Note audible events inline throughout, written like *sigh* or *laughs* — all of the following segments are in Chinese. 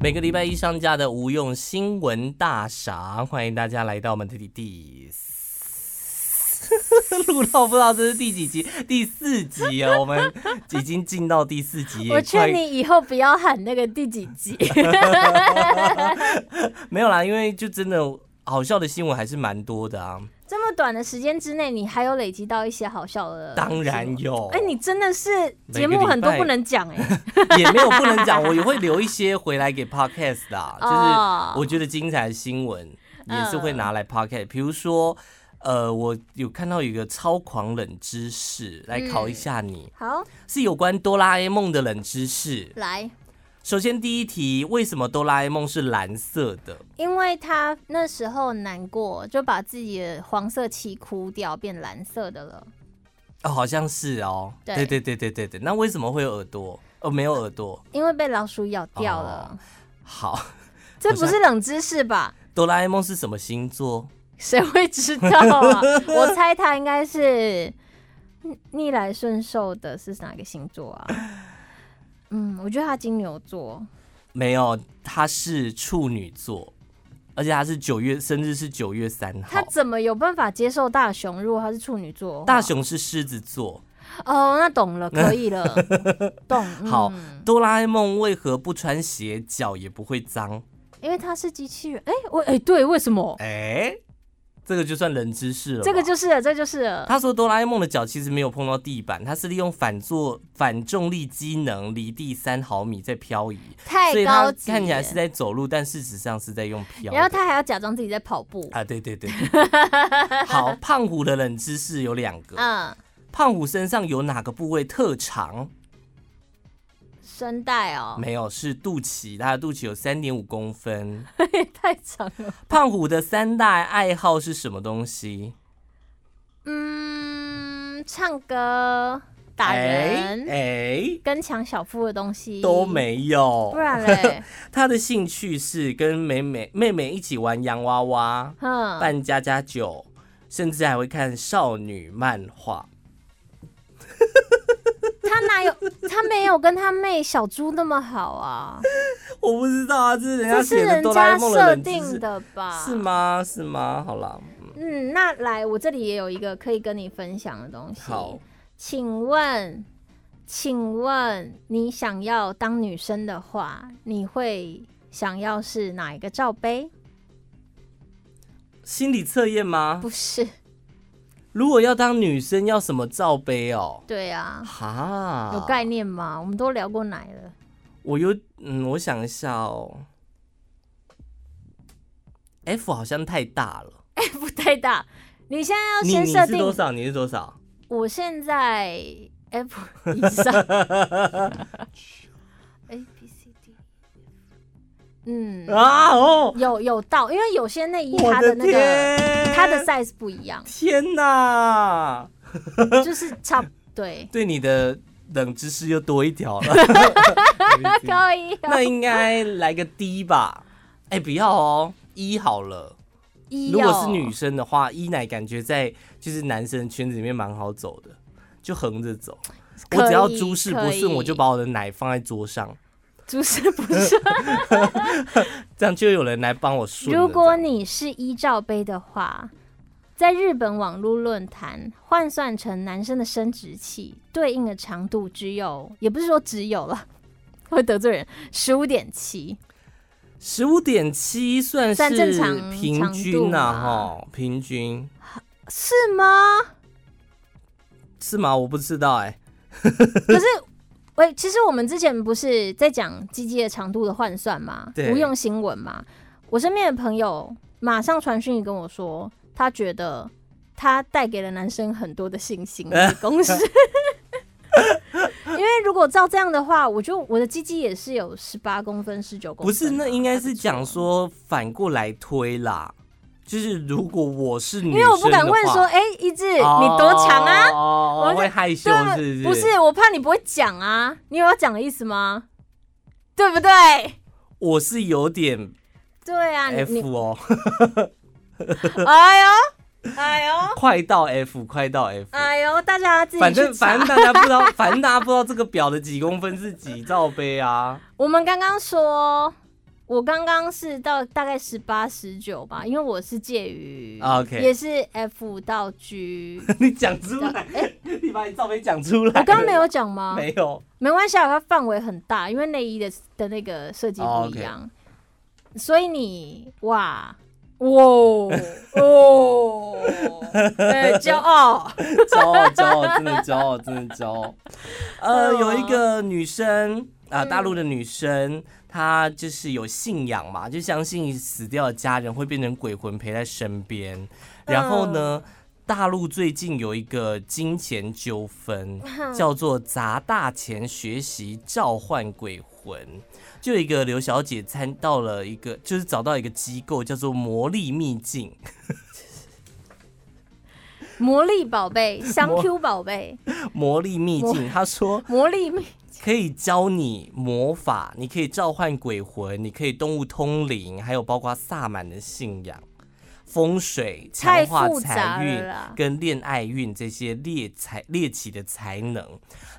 每个礼拜一上架的无用新闻大赏，欢迎大家来到我们的第第四 *laughs* 录到不知道这是第几集，第四集啊，我们已经进到第四集， *laughs* 我也快劝你以后不要喊那个第几 *laughs* 集，没有啦，因为就真的好笑的新闻还是蛮多的啊，这么短的时间之内，你还有累积到一些好笑的。当然。有。呃哎、你真的是每个节目很多礼拜不能讲哎、 *laughs* 也没有不能讲，我也会留一些回来给 podcast 的、啊，哦就是我觉得精彩的新闻也是会拿来 podcast，比如说。呃，我有看到有一个超狂冷知识，来考一下你， *laughs* 好，是有关哆啦 A 梦的冷知识。来，首先第一题，为什么哆啦 A 梦是蓝色的？因为他那时候难过，就把自己的黄色漆哭掉，变蓝色的了。哦，好像是哦。对对对对对对对。那为什么会有耳朵？哦，没有耳朵。因为被老鼠咬掉了，哦好， *laughs* 这不是冷知识吧？哆啦 A 梦是什么星座？谁会知道啊？ *laughs* 我猜他应该是逆逆来顺受的，是哪个星座啊？嗯，我觉得他金牛座。没有，他是处女座，而且他是九月生日是九月三他啊号。怎么有办法接受大熊？如果他是处女座的话，大雄是狮子座。哦，那懂了，可以 *laughs* 了，懂。嗯好哆啦 A 梦为何不穿鞋，脚也不会脏？因为他是机器人。哎、我哎、对，为什么？哎、这个就算冷知识了吧。这个就是了，这就是了。他说哆啦 A 梦的脚其实没有碰到地板，它是利用反作反重力机能离地三毫米在漂移，太所以高它级，看起来是。在走路，但事实上是在用飘的。然后他还要假装自己在跑步。啊，对对对，好，胖虎的冷知识有两个，嗯，胖虎身上有哪个部位特长？声带 *laughs* 哦，没有，是肚脐，他的肚脐有三点五公分。太长了。胖虎的三大爱好是什么东西？嗯，唱歌、打哎、人、哎跟抢小夫的东西都，没有不。然 *laughs* 嘞，他的兴趣是跟妹妹妹妹一起玩洋娃娃、嗯，扮家家酒，甚至还会看少女漫画。他哪有他没有跟他妹小猪那么好啊？我不知道啊，这是人家这是写的人哆啦家 A 梦的设冷知识定的吧？是吗？是吗？好啦，嗯嗯，那来，我这里也有一个可以跟你分享的东西。好，请问，请问你想要当女生的话，你会想要是哪一个罩杯？心理测验吗？不是，如果要当女生，要什么罩杯哦？对啊，哈，有概念吗？我们都聊过奶了。 *laughs* 我有，嗯，我想一下哦。F 好像太大了。哎不太大。你现在要你先你设是多定，少？你是多少？我现在 F 以 *laughs* 上，A B C D，嗯，啊哦！有有到，因为有些内衣我它的那个天，，它的 size 不一样天哪！就是差不 *laughs*，对对你的冷知识又多一条了。 *laughs* 可以哦那应该来个 D 吧？哎、不要哦，一好了。一如果哦是女生的话，一奶感觉在就是男生圈子里面蛮好走的，就横着走。我可只要以诸事可不顺，以我就把我的奶放在桌上，诸事哦不顺。这样就有人来帮我顺了。如果这样你是一罩杯的话，在日本网络论坛换算成男生的生殖器对应的长度只有，也不是说只有了， *laughs* 会得罪人，十五点七。十五点七算算正是常平长均度啊，嘛哈，平均是吗？是吗？我不知道哎、可是，喂，其实我们之前不是在讲鸡鸡的长度的换算吗？对无用新闻嘛。我身边的朋友马上传讯跟我说，他觉得他带给了男生很多的信心与 *laughs* 公式。 *laughs* 因为如果照这样的话，我觉得我的鸡鸡也是有十八公分、十九公不分啊、是，那应该还不是讲错，说反过来推啦，就是如果我是女因生，为我不敢问说，，哎、一志、你多长啊？哦、我我就会害羞对啊是是？不是，我怕你不会讲啊，你有要讲的意思吗？对不对？我是有点对啊，你 F 你，哦， *laughs* 哎呦，哎呦，快到 F，快到 F。哎呦，大家自己反去正查反正大家不知道， *laughs* 反正大家不知道这个表的几公分是几罩杯啊？ *laughs* 我们刚刚说我刚刚是到大概十八、十九吧，因为我是介于啊 OK 也是 F 到 G。你讲出来，你把你照片讲出来。哎我刚刚没有讲吗？ *laughs* 没有，没关系啊，它范围很大，因为内衣的的那个设计哦不一，OK 样，所以你 *laughs* 哇哇哦，对，骄 *laughs* 傲，骄傲，骄傲，真的骄傲，真的骄傲。呃，有一个女生啊、大陆的女生，她就是有信仰嘛，就相信死掉的家人会变成鬼魂陪在身边。然后呢，大陆最近有一个金钱纠纷，叫做砸大钱学习召唤鬼魂。就有一个刘小姐参到了一个，就是找到一个机构叫做魔力秘境，魔力 *laughs* 宝贝，商 Q 宝贝，魔力秘境，她说魔力可以教你魔法，你可以召唤鬼魂，你可以动物通灵，还有包括萨满的信仰、风水、强太化复杂财了运啦跟恋爱运这些猎才猎奇的才能。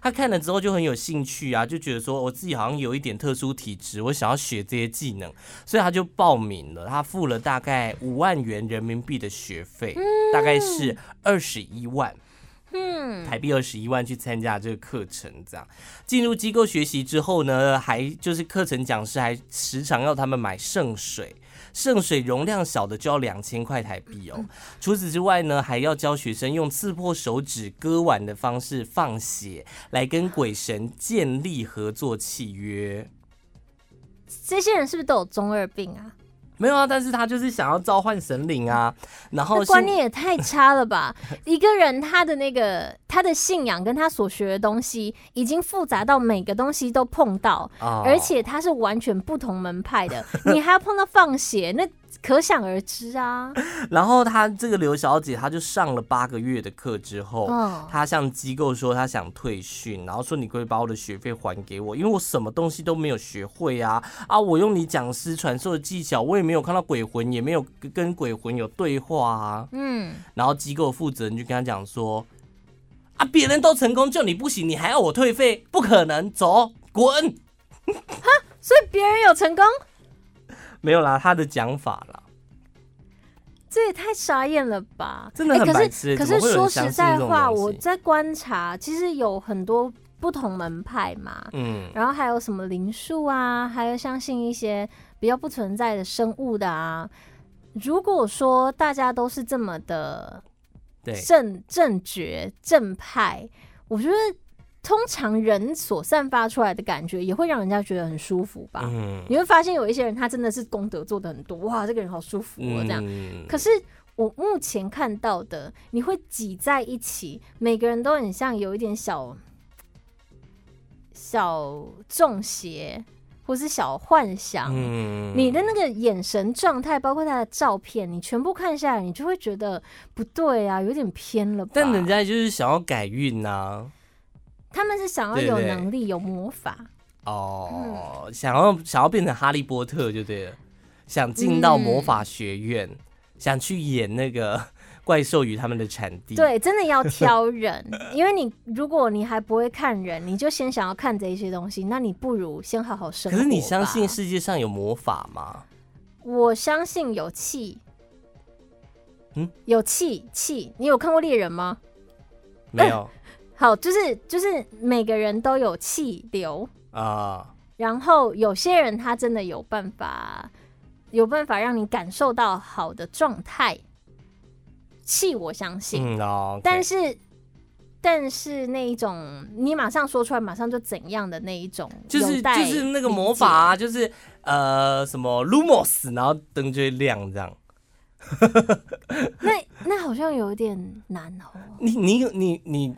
他看了之后就很有兴趣啊，就觉得说我自己好像有一点特殊体质，我想要学这些技能，所以他就报名了。他付了大概五万元人民币的学费，大概是二十一万。嗯，台币二十一万去参加这个课程，这样进入机构学习之后呢，还就是课程讲师还时常要他们买圣水，圣水容量小的就要两千块台币嗯哦。除此之外呢，还要教学生用刺破手指割腕的方式放血，来跟鬼神建立合作契约。这些人是不是都有中二病啊？没有啊，但是他就是想要召唤神灵啊，然后那信观念也太差 *laughs* 了吧！一个人他的那个他的信仰跟他所学的东西，已经复杂到每个东西都碰到，啊而且他是完全不同门 *laughs* 派的，你还要碰到放血，那可想而 *laughs* 知啊。然后她这个刘小姐，她就上了八个月的课之后，嗯她向机构说她想退训，然后说你可不可以把我的学费还给我，因为我什么东西都没有学会啊啊！我用你讲师传授的技巧，我也没有看到鬼魂，也没有跟跟鬼魂有对话啊。嗯，然后机构负责人就跟她讲说，啊，别人都成功，就你不行，你还要我退费，不可能，走，滚！所以别人有成功，没有啦，她的讲法啦。这也太傻眼了吧！真的很哎白可痴欸是可怎么是会有人说相实信在这种话，东西我在观察，其实有很多不同门派嘛，嗯，然后还有什么灵术啊，还有相信一些比较不存在的生物的啊。如果说大家都是这么的对，正正觉正派，我觉得通常人所散发出来的感觉也会让人家觉得很舒服吧。嗯，你会发现有一些人他真的是功德做的很多，哇，这个人好舒服哦，这样。嗯可是我目前看到的，你会挤在一起，每个人都很像有一点小小中邪，或是小幻想。嗯啊你的那个眼神状态，包括他的照片，你全部看下来，你就会觉得不对啊，有点偏了吧？但人家就是想要改运呐、他们是想要对有对能力、有魔法，哦，想要想要变成哈利波特就对了，想进到魔法学院，想去演那个怪兽与他们的产地。，对，真的要挑 *laughs* 人，因为你如果你还不会看人，你就先想要看这些东西，那你不如先好好生可活吧。是你相信世界上有魔法吗？我相信有气，嗯，有气气。你有看过猎人吗？没有好，就是就是每个人都有气流，啊、然后有些人他真的有办法，有办法让你感受到好的状态。气我相信，嗯哦，但是是但是那一种你马上说出来，马上就怎样的那一种，就是有待就是那个理魔解法、啊， *laughs* 就是呃什么 Lumos，然后灯就会亮这样。那那好像有点难哦。你你你你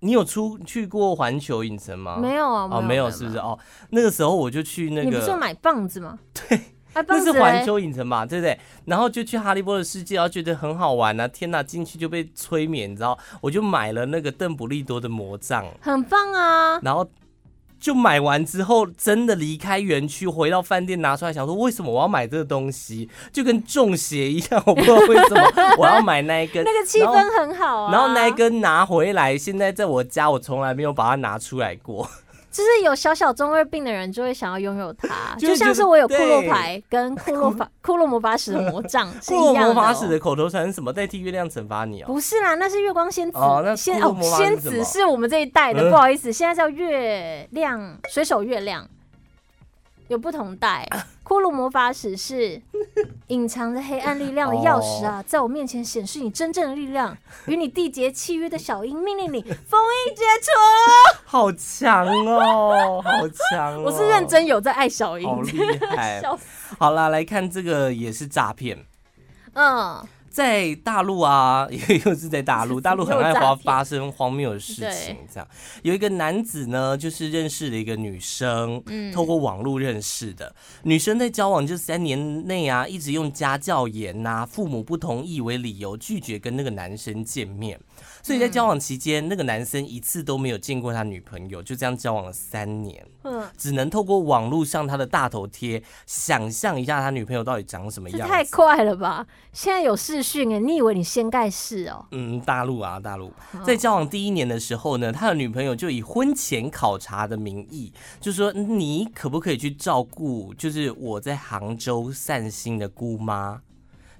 你有出去过环球影城吗？没有啊，哦，没有是不没是？哦，那个时候我就去那你不是有个，买棒子吗？ *laughs* 对，哎，那棒子是环嘞球影城嘛，对不对？然后就去哈利波特世界，然后觉得很好玩啊！天哪，进去就被催眠，你知道？我就买了那个邓布利多的魔杖，很棒啊！然后就买完之后，真的离开园区，回到饭店拿出来，想说为什么我要买这个东西？就跟中邪一样，我不知道为什么 *laughs* 我要买那一根，那个气然后氛很好啊。然后那一根拿回来，现在在我家，我从来没有把它拿出来过。就是有小小中二病的人就会想要拥有它， *laughs* 就就会觉像得是我有库洛对牌跟库 *laughs* 洛法库洛魔法使的魔杖是库一洛样魔的、法使哦的。口头禅是什么？代替月亮惩罚你哦。不是啦，那是月光仙子。哦那仙库洛哦魔法使仙是什子么是我们这一代的，嗯不好意思，现在叫月亮水手月亮，有不 *laughs* 同代。骷髅魔法使是隐藏着黑暗力量的钥哦匙啊，在我面前显示你真正的力量，与你缔结契约的小樱命令你封印解除。好强哦， *laughs* 好强、哦！我是认，真有在爱小樱好厉的，害 *laughs* 。笑死。好啦，来看这个也是诈骗，嗯，在大陆啊， *laughs* 又又是在大陆，大陆很爱又诈发骗发生荒谬的事情。这样，有一个男子呢，就是认识了一个女生，嗯透过网络认识的。女生在交往这三年内啊，一直用家教严呐、父母不同意为理由拒绝跟那个男生见面，所以嗯在交往期间，那个男生一次都没有见过他女朋友，就这样交往了三年。嗯，只能透过网络上他的大头贴，想象一下他女朋友到底长什么这样太子。快了吧！现在有视讯哎，你以为你先盖世哦？嗯，大陆啊，大陆，在交往第一年的时候呢，他的女朋友就以婚前考察的名义，就说你可不可以去照顾，就是我在杭州散心的姑妈，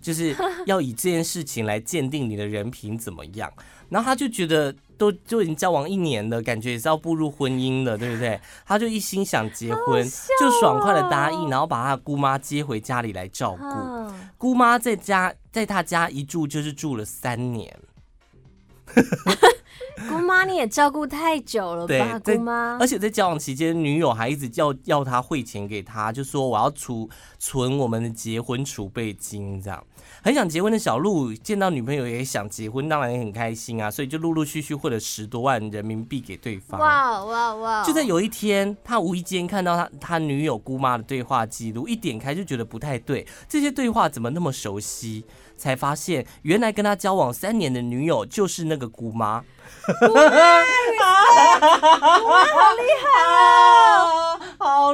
就是要以这件事情来鉴定你的人品怎么样。然后他就觉得都就已经交往一年了，感觉也是要步入婚姻了，对不对？他就一心想结婚，就爽快的答应，然后把他的姑妈接回家里来照顾。嗯，姑妈在家，在他家一住就是住了三年，姑妈你也照顾太久了吧？对姑妈而，且在交往期间，女友还一直要要他汇钱给他，就说我要储存我们的结婚储备金，这样。很想结婚的小鹿见到女朋友也想结婚，当然也很开心啊，所以就陆陆续续汇了十多万人民币给对方。哇哇哇！就在有一天，他无意间看到他他女友姑妈的对话记录，一点开就觉得不太对，这些对话怎么那么熟悉？才发现原来跟他交往三年的女友就是那个姑妈。哇，好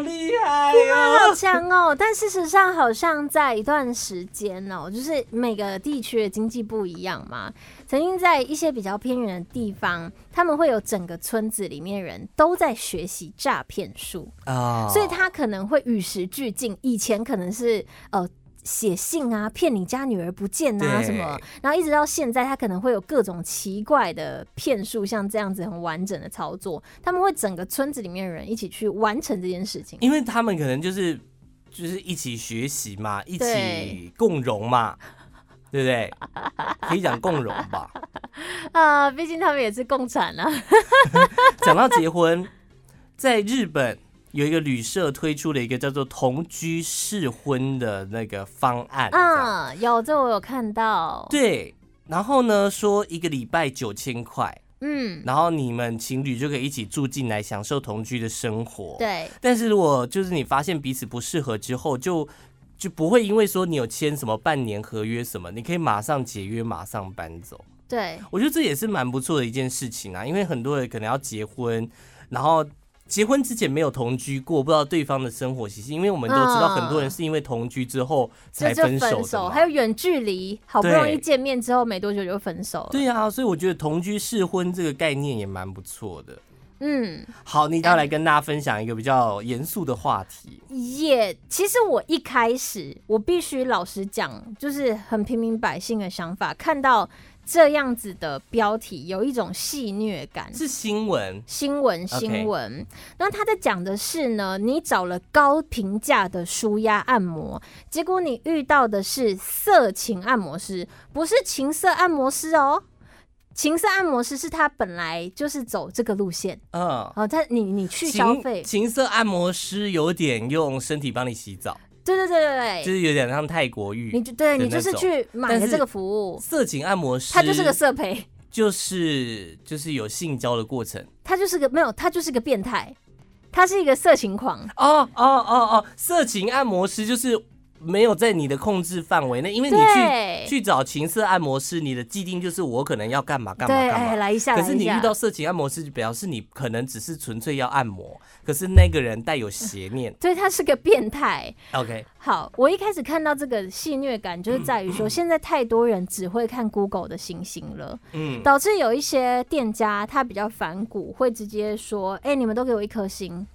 厉害哦！好强哦！但事实上，好像在一段时间哦，就是每个地区的经济不一样嘛。曾经在一些比较偏远的地方，他们会有整个村子里面人都在学习诈骗术，啊所以他可能会与时俱进。以前可能是呃。写信啊，骗你家女儿不见啊，对什么？然后一直到现在，他可能会有各种奇怪的骗术，像这样子很完整的操作，他们会整个村子里面的人一起去完成这件事情。因为他们可能就是就是一起学习嘛，一对起共荣嘛，对不对？可以讲共荣吧。啊，毕竟他们也是共产啊。 *laughs* 讲到结婚，在日本有一个旅社推出了一个叫做“同居试婚”的那个方案。嗯，嗯，有这我有看到。，对。然后呢，说一个礼拜九千块，嗯，然后你们情侣就可以一起住进来，享受同居的生活。。对，但是如果就是你发现彼此不适合之后，就就不会因为说你有签什么半年合约什么，你可以马上解约，马上搬走。对，我觉得这也是蛮不错的一件事情啊，因为很多人可能要结婚，然后结婚之前没有同居过，不知道对方的生活习性，因为我们都知道嗯很多人是因为同居之后这才就分手的分手，嘛还。有远距离，好不容易对见面之后没多久就分手了。对啊，所以我觉得同居试婚这个概念也蛮不错的。嗯，好，你要来跟大家分享一个比较严肃的话题。也其实我一开始我必须老实讲，就是很平民百姓的想法，看到这样子的标题，有一种戏虐感。是新闻，新闻 OK 新闻。那他在讲的是呢，你找了高评价的舒压按摩，结果你遇到的是色情按摩师，不是情色按摩师哦。情色按摩师是他本来就是走这个路线，嗯，哦，他你你去消费，情色按摩师有点用身体帮你洗澡，对对对对就是对，有点像泰国哎你浴。就对的你就是那种去买但了是这个服务，色情按摩师，他就是个色胚，就是就是有性交的过程。他就是个没有，他就是个变态，他是一个色情狂，哦哦哦哦哦，色情按摩师就是没有在你的控制范围内，因为你对去去找情色按摩师，你的既定就是我可能要干嘛干嘛对，干嘛哎，。来一下，可是你来一遇下到色情按摩师，就表示你可能只是纯粹要按摩，可是那个人带有邪念。对他是个变态。 OK，好，我一开始看到这个戏虐感，就是在于说，现在太多人只会看 Google 的星星了，嗯，导致有一些店家他比较反骨，会直接说：“哎、你们都给我一颗星，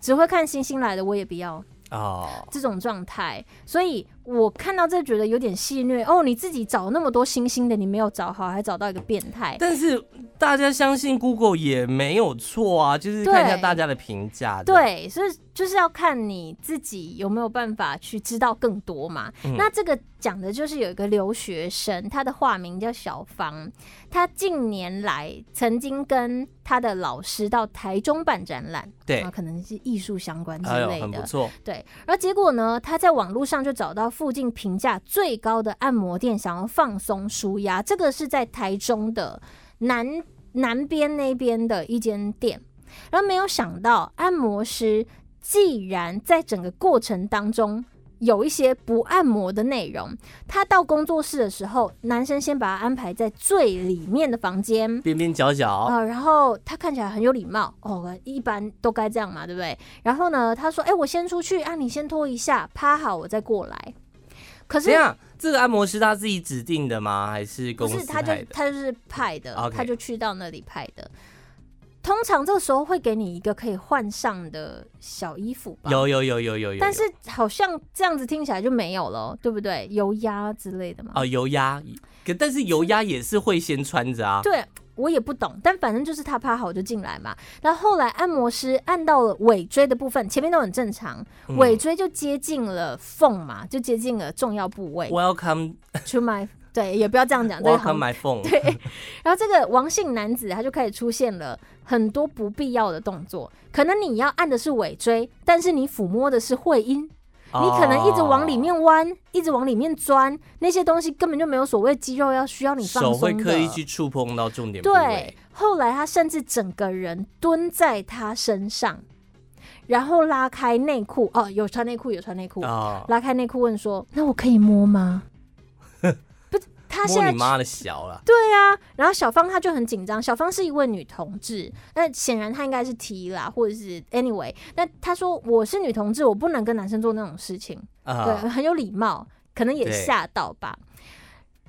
只会看星星来的我也不要。”哦，这种状态，所以我看到这觉得有点戏虐哦。你自己找那么多星星的，你没有找好，还找到一个变态。但是大家相信 Google 也没有错啊，就是对看一下大家的评价。，对，所以就是要看你自己有没有办法去知道更多嘛。嗯那这个讲的就是有一个留学生，他的化名叫小芳，他近年来曾经跟他的老师到台中办展览，对啊可能是艺术相关之哎呦，类很的不，错。对，而结果呢，他在网络上就找到附近评价最高的按摩店，想要放松舒压。这个是在台中的南南边那边的一间店，然后没有想到按摩师既然在整个过程当中。有一些不按摩的内容，他到工作室的时候，男生先把他安排在最里面的房间，边边角角，啊、然后他看起来很有礼貌哦，一般都该这样嘛，对不对？然后呢，他说：“哎、我先出去啊，你先脱一下，趴好，我再过来。” *laughs* 可是这样这个按摩师他自己指定的吗？还是不公是司他就派的？他就是派的 OK 他就去到那里派的。通常这个时候会给你一个可以换上的小衣服吧，有有有有有有，但是好像这样子听起来就没有了，对不对？油压之类的嘛。啊，油压，可但是油压也是会先穿着啊。对我也不懂，但反正就是他趴好就进来嘛。然后后来按摩师按到了尾椎的部分，前面都很正常，嗯尾椎就接近了缝嘛，就接近了重要部位。 Welcome, To my 对，也不要这样讲，这个好 welcome。my phone。对，然后这个王姓男子他就开始出现了很多不必要的动作，可能你要按的是尾椎，但是你抚摸的是会阴， *laughs* 哦你可能一直往里面弯，一直往里面钻，那些东西根本就没有所谓肌肉要需要哦，你放松手的。会刻意去触碰到重点部对位。，后来他甚至整个人蹲在他身上，然后拉开内裤，哦，有穿内裤，有穿内裤，啊，拉开内裤问说：“那我可以 *laughs* 摸吗？”不是，他现摸在你妈的小了。对啊，然后小芳她就很紧张。小芳是一位女同志，那显然她应该是 T 啦，或者是 anyway。那她说我是女同志，我不能跟男生做那种事情。啊，对，很有礼貌，可能也对吓到吧。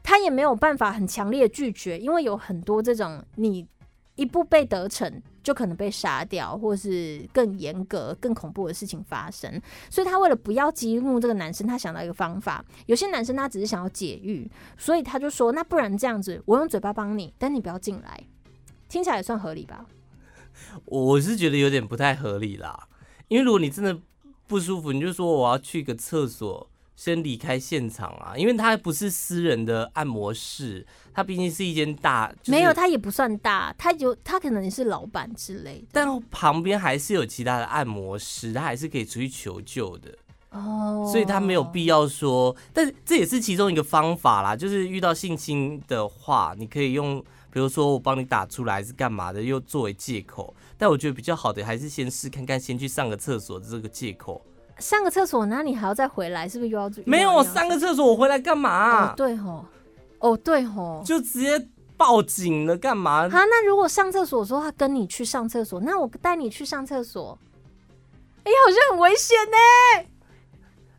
他也没有办法很强烈地拒绝，因为有很多这种你一步被得逞，就可能被杀掉，或是更严格、更恐怖的事情发生。所以他为了不要激怒这个男生，他想到一个方法。有些男生他只是想要解郁，所以他就说：“那不然这样子，我用嘴巴帮你，但你不要进来。”听起来也算合理吧？我是觉得有点不太合理啦，因为如果你真的不舒服，你就说我要去个厕所。先离开现场啊，因为它不是私人的按摩室，它毕竟是一间大，就是没有，他也不算大，他有他可能也是老板之类的。但旁边还是有其他的按摩师，他还是可以出去求救的，哦，所以他没有必要说。但是这也是其中一个方法啦，就是遇到性侵的话，你可以用，比如说我帮你打出来还是干嘛的，又作为借口。但我觉得比较好的还是先试看看，先去上个厕所的这个借口。上个厕所，那你还要再回来，是不是又要没有，又我要上个厕所我回来干嘛、啊哦，对吼，哦对吼。就直接报警了，干嘛？好，那如果上厕所说他跟你去上厕所，那我带你去上厕所，哎、好像很危险呢、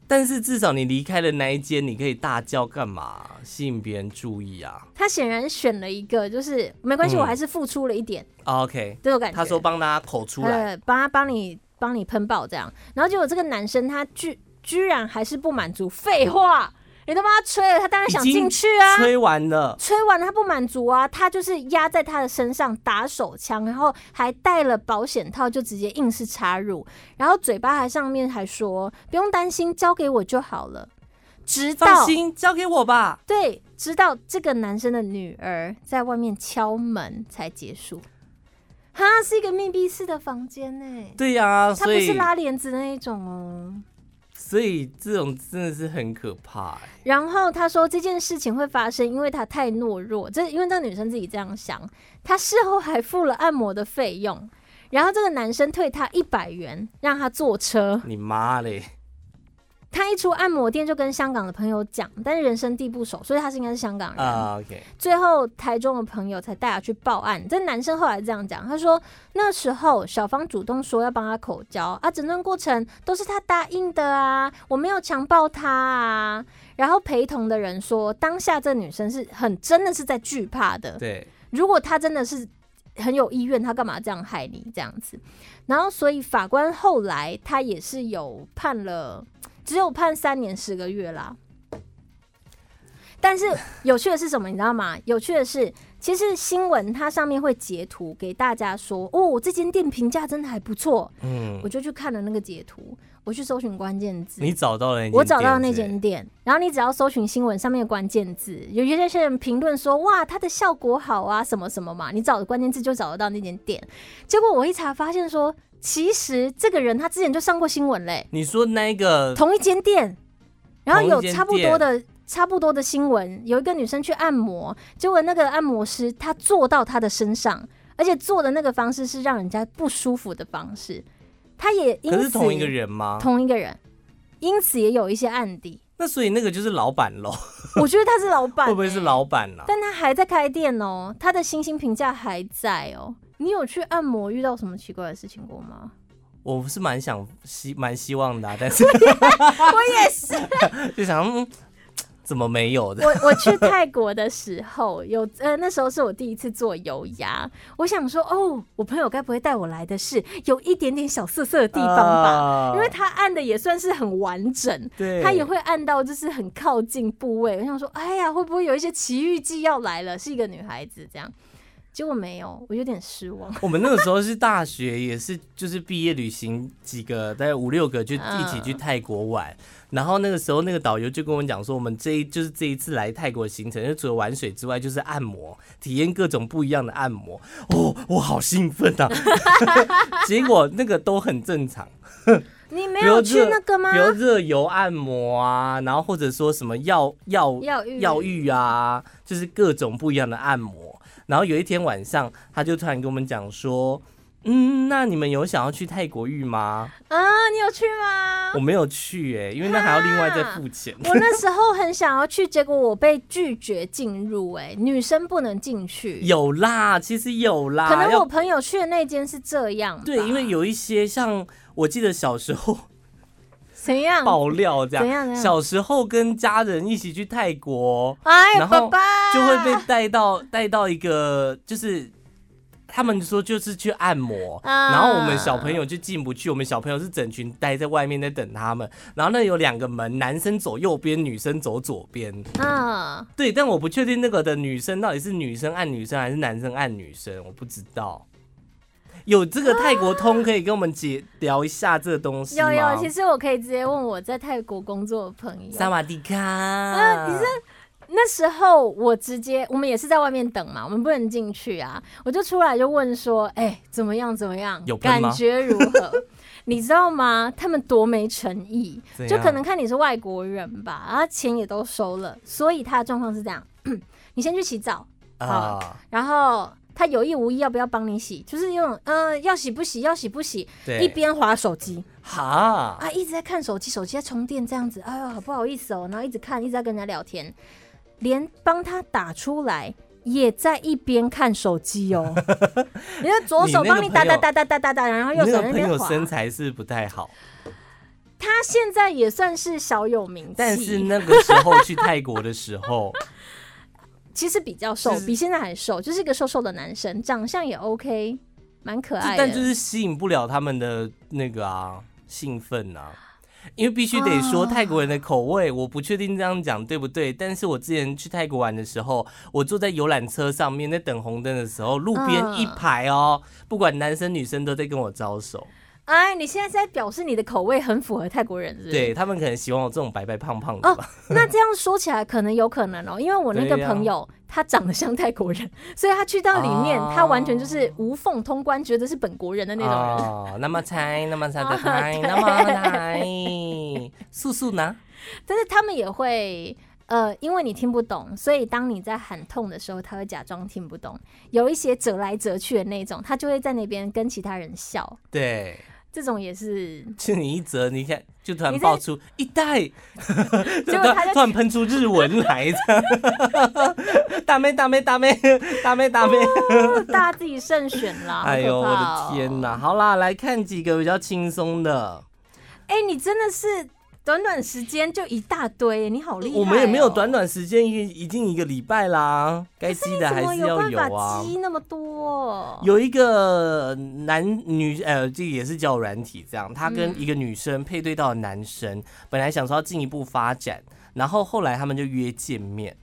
但是至少你离开了那一间，你可以大叫干嘛？吸引别人注意啊。他显然选了一个，就是没关系，嗯我还是付出了一点、啊 OK，这种感觉。他说帮大家口出来。呃，帮他帮你帮你喷爆这样，然后结果这个男生他居居然还是不满足，废话，你都帮他吹了，他当然想已经进去啊。吹完了，吹完他不满足啊，他就是压在他的身上打手枪，然后还戴了保险套，就直接硬是插入，然后嘴巴还上面还说不用担心，交给我就好了。直放到心，交给我吧。对，直到这个男生的女儿在外面敲门才结束。哈，是一个密闭式的房间呢、对呀、他啊所不以是拉帘子的那一种哦。所以这种真的是很可怕、欸。然后他说这件事情会发生，因为他太懦弱。这因为这女生自己这样想，她事后还付了按摩的费用。 *laughs* 然后这个男生退她一百元，让她坐车。你妈嘞！开出按摩店就跟香港的朋友讲，但是人生地不熟，所以他是应该是香港人。啊，OK，最后台中的朋友才带他去报案。这男生后来这样讲，他说那时候小芳主动说要帮他口交啊，整段过程都是他答应的啊，我没有强暴他啊。然后陪同的人说，当下这女生是很真的是在惧怕的，对，如果他真的是很有意愿，他干嘛这样害你这样子？然后，所以法官后来他也是有判了，只有判三年十个月啦。但是有趣的是什么，你知道吗？ *laughs* 有趣的是，其实新闻它上面会截图给大家说，哦，这间店评价真的还不错。嗯我，就去看了那个截图，我去搜寻关键字，你找到了那间我找到那店间店，然后你只要搜寻新闻上面的关键字，有有些人评论说哇，它的效果好啊，什么什么嘛，你找的关键字就找得到那间店。结果我一查发现说，其实这个人他之前就上过新闻嘞，你说那个同一间店，然后有呃同一间差不多的。差不多的新闻，有一个女生去按摩，结果那个按摩师他坐到她的身上，而且做的那个方式是让人家不舒服的方式，他也因可是此同一个人吗？同一个人，因此也有一些案底。那所以那个就是老板喽，我觉得他 *laughs* 是老板、欸会不会是？老板啊啦、但他还在开店哦，他的星星评价还在哦。你有去按摩遇到什么奇怪的事情过吗？我是蛮想希蛮希望的啊、但是 *laughs* 我也是，就想、嗯、怎么没有的？我我去泰国的时候有，呃，那时候是我第一次做油压，我想说，哦，我朋友该不会带我来的是有一点点小涩涩的地方吧？啊因为他按的也算是很完整，对，他也会按到就是很靠近部位。我想说，哎呀，会不会有一些奇遇记要来了？是一个女孩子这样，结果没有，我有点失望。 *laughs* 我们那个时候是大学，也是就是毕业旅行，几个大概五六个就嗯一起去泰国玩。然后那个时候那个导游就跟我讲说，我们这一就是这一次来泰国的行程，就除了玩水之外，就是按摩，体验各种不一样的按摩。哦，我好兴奋啊！ *laughs* 结果那个都很正常，你没比如有去热那个吗比？如热油按摩啊，然后或者说什么药药药浴药浴啊，就是各种不一样的按摩。然后有一天晚上，他就突然跟我们讲说：“嗯，那你们有想要去泰国浴吗啊，啊你有去？” *laughs* 吗我？没有去哎、因为那还要另外再付钱。我那时候很想要去，结果我被拒绝进入、哎，女生不能进去。有啦，其实有啦，可能要我朋友去的那间是这样吧，对，因为有一些像我记得小时候怎样？爆料这样，怎样怎样小时候跟家人一起去泰国，哎呀，然后爸爸就会被带到带到一个就是。他们说就是去按摩，啊然后我们小朋友就进不去，我们小朋友是整群待在外面在等他们。然后那有两个门，男生走右边，女生走左边。啊，对，但我不确定那个的女生到底是女生按女生还是男生按女生，我不知道。有这个泰国通可以跟我们解聊一下这个东西有吗？有，其实我可以直接问我在泰国工作的朋友萨。瓦迪卡，啊你是那时候我直接，我们也是在外面等嘛，我们不能进去啊。我就出来就问说，哎、怎么样怎么样？有喷感吗觉如何？ *laughs* 你知道吗？他们多没诚意，怎就样可能看你是外国人吧，啊，钱也都收了，所以他的状况是这样： *clears throat* 你先去洗澡，啊，然后他有意无意要不要帮你洗，就是那种嗯、要洗不洗，要洗不洗，对，一边划手机，哈，啊，一直在看手机，手机在充电这样子，哎呦，好不好意思哦、然后一直看，一直在跟人家聊天，连帮他打出来也在一边看手机 *laughs* 哦、你就左手帮你打打打打打打打，然后你右那手个在那朋友边滑。身材是不是不太好。他现在也算是小有名气，但是那个时候去泰国的时 *laughs* 候，其实比较瘦，就是比现在还瘦，就是一个瘦瘦的男生，长相也 OK，蛮可就爱的。但就是吸引不了他们的那个啊兴奋啊，因为必须得说哦泰国人的口味，我不确定这样讲对不对。但是我之前去泰国玩的时候，我坐在游览车上面在等红灯的时候，路边嗯一排哦，啊不管男生女生都在跟我招手，哎，你现在是在表示你的口味很符合泰国人，是不是？哦对他们可能喜欢我这种白白胖胖的吧。 *laughs* 那这样说起来，可能有可能哦、因为我那个对呀朋友、他长得像泰国人， *laughs* 所以他去到里面，哦他完全就是无缝通关，觉得是本国人的那种人。哦，那么猜，那 *laughs* 么猜，啊猜，对那么猜，素素呢？但是他们也会。呃，因为你听不懂，所以当你在喊痛的时候，他会假装听不懂。有一些折来折去的那种，他就会在那边跟其他人笑。对，这种 *laughs* 也是， *laughs* 就你一折，你看就突然你在爆出一袋， *laughs* 结就果突他然 *laughs* 突就然喷出日文来的， *laughs* 大妹大妹大妹大妹大妹，大家自己慎选啦。哎呦哦好我可怕哦的天！哪！好啦，来看几个比较轻松的，哎、你真的是短短时间就一大堆，你好厉害、哦我们也没有短，短时间，已已经一个礼拜啦，该积的怎还么是要办有法啊。积那么多？有一个男女，呃，这个也是交友软体，这样，他跟一个女生配对到的男生，本来想说要进一步发展，然后后来他们就约见面。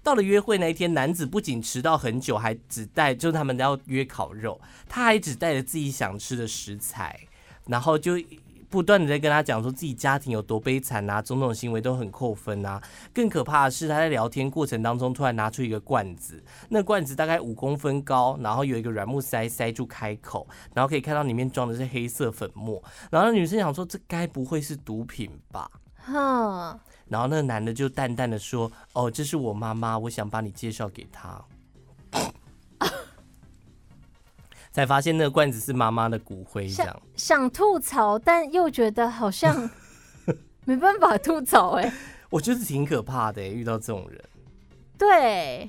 到了约会那一天，男子不仅迟到很久，还只带就是他们要约烤肉，他还只带了自己想吃的食材，然后就不断的在跟他讲说自己家庭有多悲惨啊，种种行为都很扣分啊。更可怕的是，他在聊天过程当中突然拿出一个罐子，那罐子大概五公分高，然后有一个软木塞塞住开口，然后可以看到里面装的是黑色粉末。然后那女生想说，这该不会是毒品吧？哼，然后那个男的就淡淡的说：“哦，这是我妈妈，我想把你介绍给她。” *laughs* 才发现那个罐子是妈妈的骨灰，这样。想吐槽，但又觉得 *laughs* 好像没办法吐槽、哎，我觉得挺可怕的耶，欸遇到这种人，对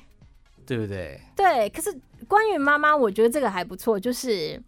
对不对？对。可是关于妈妈，我觉得这个还不错，就是。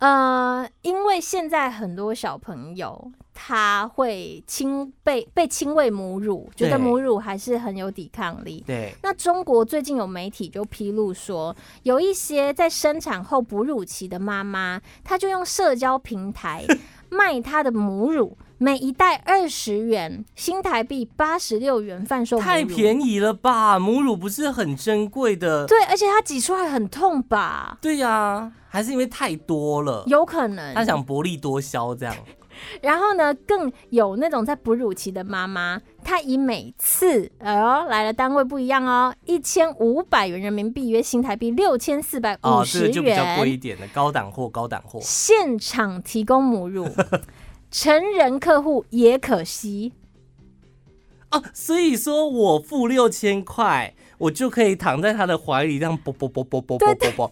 呃，因为现在很多小朋友他会亲被被亲喂母乳，觉对得母乳还是很有抵抗力。对，那中国最近有媒体就披露说，有一些在生产后哺乳期的妈妈，她就用社交 *laughs* 平台卖她的母乳，每一袋二十元，新台币八十六元贩售母乳，太宜。便宜了吧？母乳不是很珍贵的？对，而且她挤出来很痛吧？对呀、还是因为太多了，有可能。他呃想薄利多销这样。然后呢，更有那种在哺乳期的妈妈，她以每次，哎呦，来了单位不一样哦，一千五百元人民币，约新台币六千四百五哦，十这个就元、比较贵一点的，高档货，高档货。现场提供母乳， *laughs* 成人客户也可惜。哦，所以说我付六千块，我就可以躺在他的怀里，这样啵啵啵啵啵啵啵啵。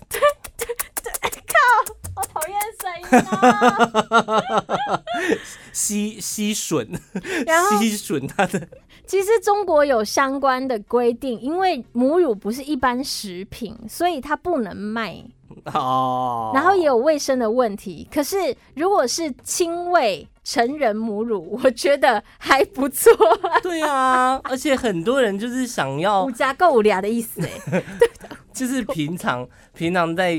我讨厌声音啊！吸吸吮， *laughs* 然后 *laughs* 吸吮他的 *laughs* 其实中国有相关的规定，因为母乳不是一般食品，所以它不能卖。哦，然后也有卫生的问题。可是如果是亲喂成人母乳，我觉得还不错， *laughs* 对啊，而且很多人就是想要 *laughs* 五，加够五俩的意 *laughs* 思欸。就是平常平常在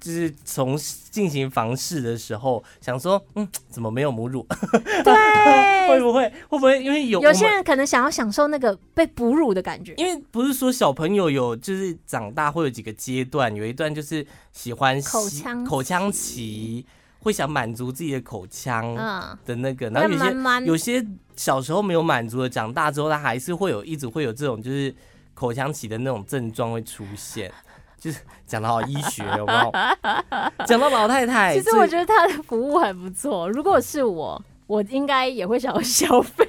就是从进行房事的时候，想说嗯怎么没有母乳， *laughs* 会对，不会会不会因为有有我些们人可能想要享受那个被哺乳的感觉。因为不是说小朋友有就是长大会有几个阶段，有一段就是喜欢吸口腔口腔期，会想满足自己的口腔嗯，的那个，然后有慢些慢有些小时候没有满足的，长大之后他还是会有一直会有这种就是口腔期的那种症状会出现。 *laughs* 就是讲的好医学有没 *laughs* 有？讲到老太太，其实我觉得他的服务还不错，如果是我，我应该也会想要消费。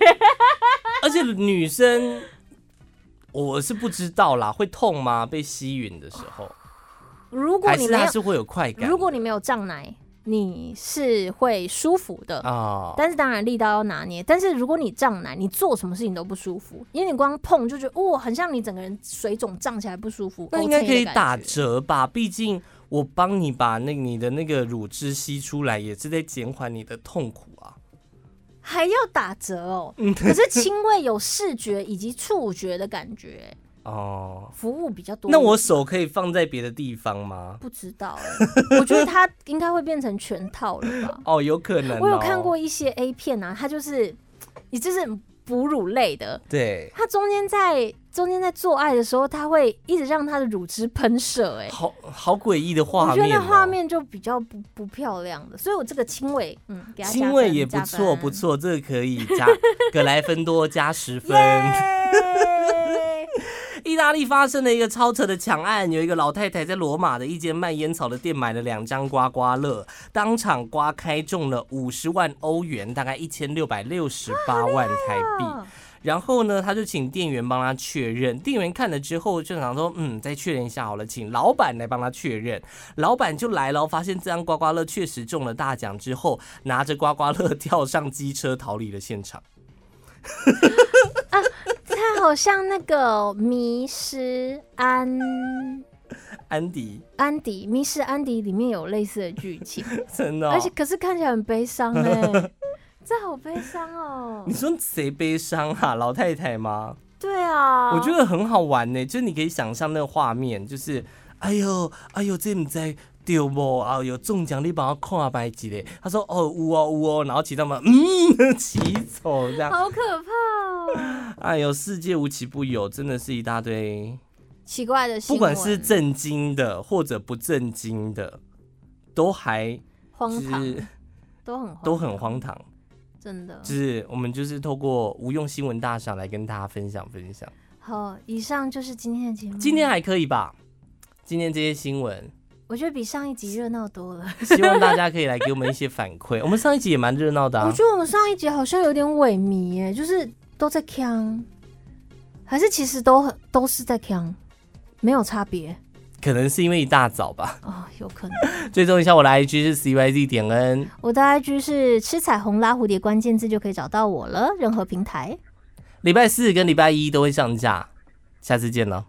*laughs* 而且女生，我是不知道啦，会痛吗？被吸吮的时候，如果还你是没它有，是会有快感的？如果你没有胀奶，你是会舒服的。啊，但是当然力道要拿捏，但是如果你胀奶，你做什么事情都不舒服，因为你光碰就觉得哦，很像你整个人水肿胀起来不舒服。那应该可以呕吐的感觉打折吧？毕竟我帮你把那你的那个乳汁吸出来，也是在减缓你的痛苦啊。还要打折 *laughs* 哦。可是轻微有视觉以及触觉的感觉，哦，服务比较多。那我手可以放在别的地方吗？不知道欸，我觉得它应该会变成全套了吧。哦，有可能、哦。我有看过，一些 A 片啊，它就是你就是哺乳类的，对，它中间在中间在做爱的时候，它会一直让它的乳汁喷射、哎。好好诡异的我画觉得面、那哦。画面就比较不不漂亮的，所以我这个轻微，嗯，给它加分腥味也不错，不。 *laughs* 错，这个可以加格莱芬多加十分。加分耶意大利发生了一个超扯的抢案，有一个老太太在罗马的一间卖烟草的店买了两张刮刮乐，当场刮开中了五十万欧元，大概一千六百六十八万台币。啊然后呢，他就请店员帮他确认。店员看了之后就想说，嗯，再确认一下好了，请老板来帮他确认。老板就来了，发现这张刮刮乐确实中了大奖之后，拿着刮刮乐跳上机车逃离了现场。他好像那个迷失安安迪，安迪，迷失安迪里面有类似的剧情，真的哦、而且可是看起来很悲伤哎、 *laughs* 这好悲伤哦你。说谁悲伤啊？老太太吗？对啊，我觉得很好玩呢、就是你可以想象那个画面，就是哎呦哎呦，这唔知丢不啊？有中奖你帮我看白几嘞？他说哦呜哦呜哦，然后其他们 *laughs* 嗯骑走这样。好可怕哦。哎呦，世界无奇不有，真的是一大堆，奇怪的新不闻，管是震惊的或者不震惊的，都还就荒唐，是都很荒都很荒唐。真的就。是我们就是透过无用新闻大赏来跟大家分享分享。好，以上就是今天的节目。今天还啊可以吧？今天这些新闻，我觉得比上一集热闹多了。希望大家可以来给我们一些反馈。我 *laughs* 们上一集也蛮热闹的、我啊，觉得我们上一集好像有点萎靡耶，就是都在呛，还是其实都很都是在呛，没有差别可能是因为一大早吧。哦，有可能。追踪一下我的 IG 是 CYZ 点 N。我的 IG 是吃彩虹拉蝴蝶关键字就可以找到我了，任何平台。礼拜四跟礼拜一都会上架，下次见了。